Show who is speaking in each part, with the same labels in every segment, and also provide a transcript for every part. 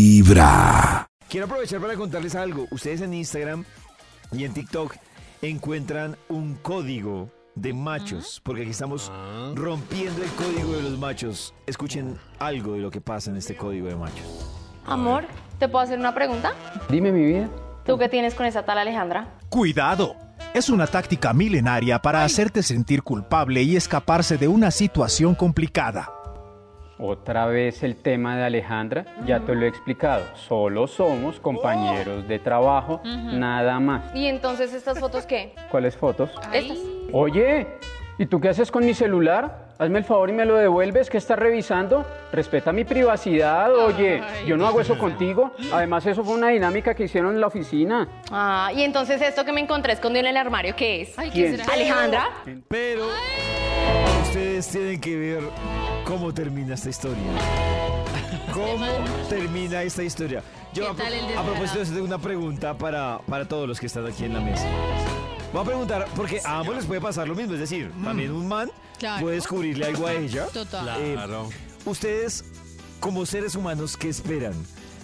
Speaker 1: Vibra.
Speaker 2: Quiero aprovechar para contarles algo. Ustedes en Instagram y en TikTok encuentran un código de machos, porque aquí estamos
Speaker 3: Ah.
Speaker 2: rompiendo el código de los machos. Escuchen algo de lo que pasa en este código de machos.
Speaker 4: Amor, ¿te puedo hacer una pregunta?
Speaker 5: Dime mi vida.
Speaker 4: ¿Tú qué tienes con esa tal Alejandra?
Speaker 6: Cuidado. Es una táctica milenaria para hacerte sentir culpable y escaparse de una situación complicada.
Speaker 5: Otra vez el tema de Alejandra, ya te lo he explicado, solo somos compañeros de trabajo, nada más.
Speaker 4: ¿Y entonces estas fotos qué?
Speaker 5: ¿Cuáles fotos?
Speaker 4: Estas.
Speaker 5: Oye, ¿y tú qué haces con mi celular? Hazme el favor y me lo devuelves, que estás revisando? Respeta mi privacidad, oye, yo no hago eso contigo. Además, eso fue una dinámica que hicieron en la oficina.
Speaker 4: Ah, y entonces esto que me encontré escondido en el armario, ¿qué es?
Speaker 5: ¿Quién?
Speaker 4: ¿Alejandra?
Speaker 2: Pero ustedes tienen que ver cómo termina esta historia. ¿Cómo termina esta historia? Yo a, pro- a propósito les tengo una pregunta para, para todos los que están aquí en la mesa. Voy a preguntar, porque a ambos les puede pasar lo mismo, es decir, también un man
Speaker 7: Claro.
Speaker 2: puede descubrirle algo a ella.
Speaker 7: Total.
Speaker 2: Eh, ustedes, como seres humanos, ¿qué esperan?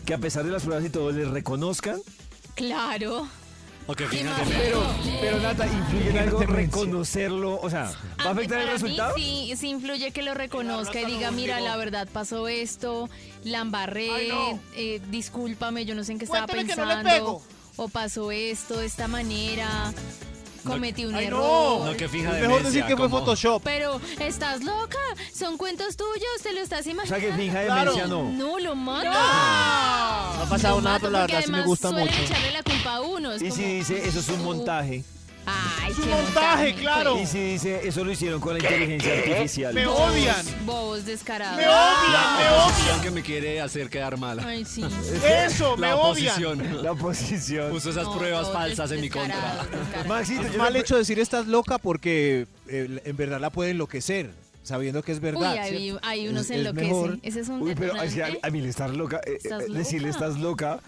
Speaker 2: Que a pesar de las pruebas y todo, les reconozcan.
Speaker 7: Claro. ¿Qué más?
Speaker 2: Pero, pero Nata, ¿influye en algo reconocerlo? O sea, ¿va a afectar el
Speaker 7: para mí
Speaker 2: resultado?
Speaker 7: sí, sí influye que lo reconozca y diga, mira, la verdad pasó esto, la embarré, eh, discúlpame, yo no sé en qué estaba pensando. O pasó esto de esta manera, cometí un error.
Speaker 3: Mejor decir que fue Photoshop.
Speaker 7: Pero, ¿estás loca? Son cuentos tuyos, te lo estás
Speaker 2: O sea,
Speaker 7: imaginando.
Speaker 2: que finja
Speaker 3: Claro.
Speaker 2: demencia no.
Speaker 7: No, lo mata.
Speaker 3: No ha pasado
Speaker 7: Lo
Speaker 3: nada,
Speaker 7: mato
Speaker 3: pero la
Speaker 7: porque
Speaker 3: verdad sí me
Speaker 7: además
Speaker 3: gusta
Speaker 7: suelen
Speaker 3: mucho.
Speaker 7: echarle la culpa a uno. es
Speaker 2: Y si
Speaker 7: como,
Speaker 2: dice, eso es un
Speaker 7: tú".
Speaker 2: montaje.
Speaker 7: Ay,
Speaker 3: Es un
Speaker 7: qué
Speaker 3: montaje, claro.
Speaker 2: Y si dice, eso lo hicieron con la inteligencia artificial.
Speaker 3: Me
Speaker 7: Bobos,
Speaker 3: odian.
Speaker 7: Bobos descarados.
Speaker 3: Me odian, me odian.
Speaker 8: que me quiere hacer quedar mal.
Speaker 7: Ay, sí.
Speaker 3: Eso, me
Speaker 8: La
Speaker 3: odian.
Speaker 8: oposición
Speaker 2: La posición.
Speaker 8: puso esas
Speaker 7: No,
Speaker 8: pruebas
Speaker 7: todos
Speaker 8: falsas en mi contra.
Speaker 7: descarados, descarados.
Speaker 2: Maxito, yo
Speaker 3: Mal
Speaker 2: le-
Speaker 3: hecho decir estás loca porque eh, en verdad la puede enloquecer, sabiendo que es verdad.
Speaker 7: Uy, ahí,
Speaker 3: ¿cierto?
Speaker 7: ahí uno
Speaker 3: Es-
Speaker 7: se
Speaker 3: es
Speaker 7: enloquece.
Speaker 3: mejor
Speaker 7: Ese es un
Speaker 2: Uy, pero
Speaker 7: detonante.
Speaker 2: es que a, a mí le estar loca, eh,
Speaker 7: ¿Estás
Speaker 2: eh, decirle
Speaker 7: loca?
Speaker 2: estás loca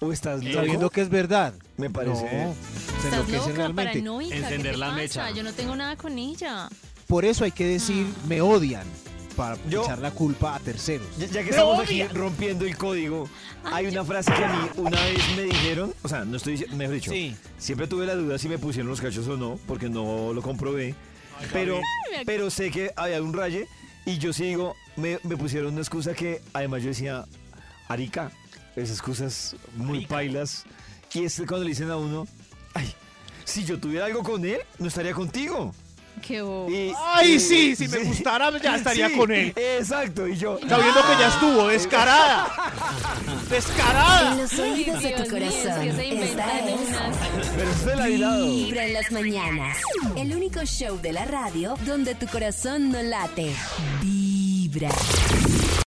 Speaker 2: o estás
Speaker 3: Eh, Sabiendo
Speaker 2: loco,
Speaker 3: que es verdad.
Speaker 2: me parece.
Speaker 3: No, se
Speaker 7: Estás
Speaker 3: enloquece
Speaker 7: loca,
Speaker 3: realmente.
Speaker 7: paranoica,
Speaker 8: Encender
Speaker 7: ¿qué te
Speaker 8: la
Speaker 7: pasa?
Speaker 8: mecha.
Speaker 7: Yo no tengo nada con ella.
Speaker 3: Por eso hay que decir
Speaker 7: Ah.
Speaker 3: me odian para
Speaker 2: Yo-
Speaker 3: echar la culpa a terceros.
Speaker 2: Ya, ya que estamos aquí rompiendo el código, hay una frase que a mí una vez me dijeron, o sea, no estoy diciendo, mejor dicho,
Speaker 3: Sí.
Speaker 2: siempre tuve la duda si me pusieron los cachos o no, porque no lo comprobé, pero,
Speaker 7: Gabriel.
Speaker 2: pero sé que había un raye y yo sí digo, me, me pusieron una excusa que además yo decía, Arica, esas excusas muy pailas, y es cuando le dicen a uno, ay, si yo tuviera algo con él, no estaría contigo.
Speaker 7: Qué bobo.
Speaker 2: Y-
Speaker 3: Ay,
Speaker 2: y-
Speaker 3: sí, si me gustara, ya estaría con él.
Speaker 2: Exacto, y yo,
Speaker 3: Sabiendo que ya estuvo, descarada. Descarada.
Speaker 9: En los oídos de
Speaker 7: Dios
Speaker 9: tu
Speaker 7: mío,
Speaker 9: corazón,
Speaker 7: es que se
Speaker 9: esta
Speaker 7: inventan unas-
Speaker 9: es
Speaker 2: pero es del airado.
Speaker 9: Vibra en las mañanas. El único show de la radio donde tu corazón no late. Vibra.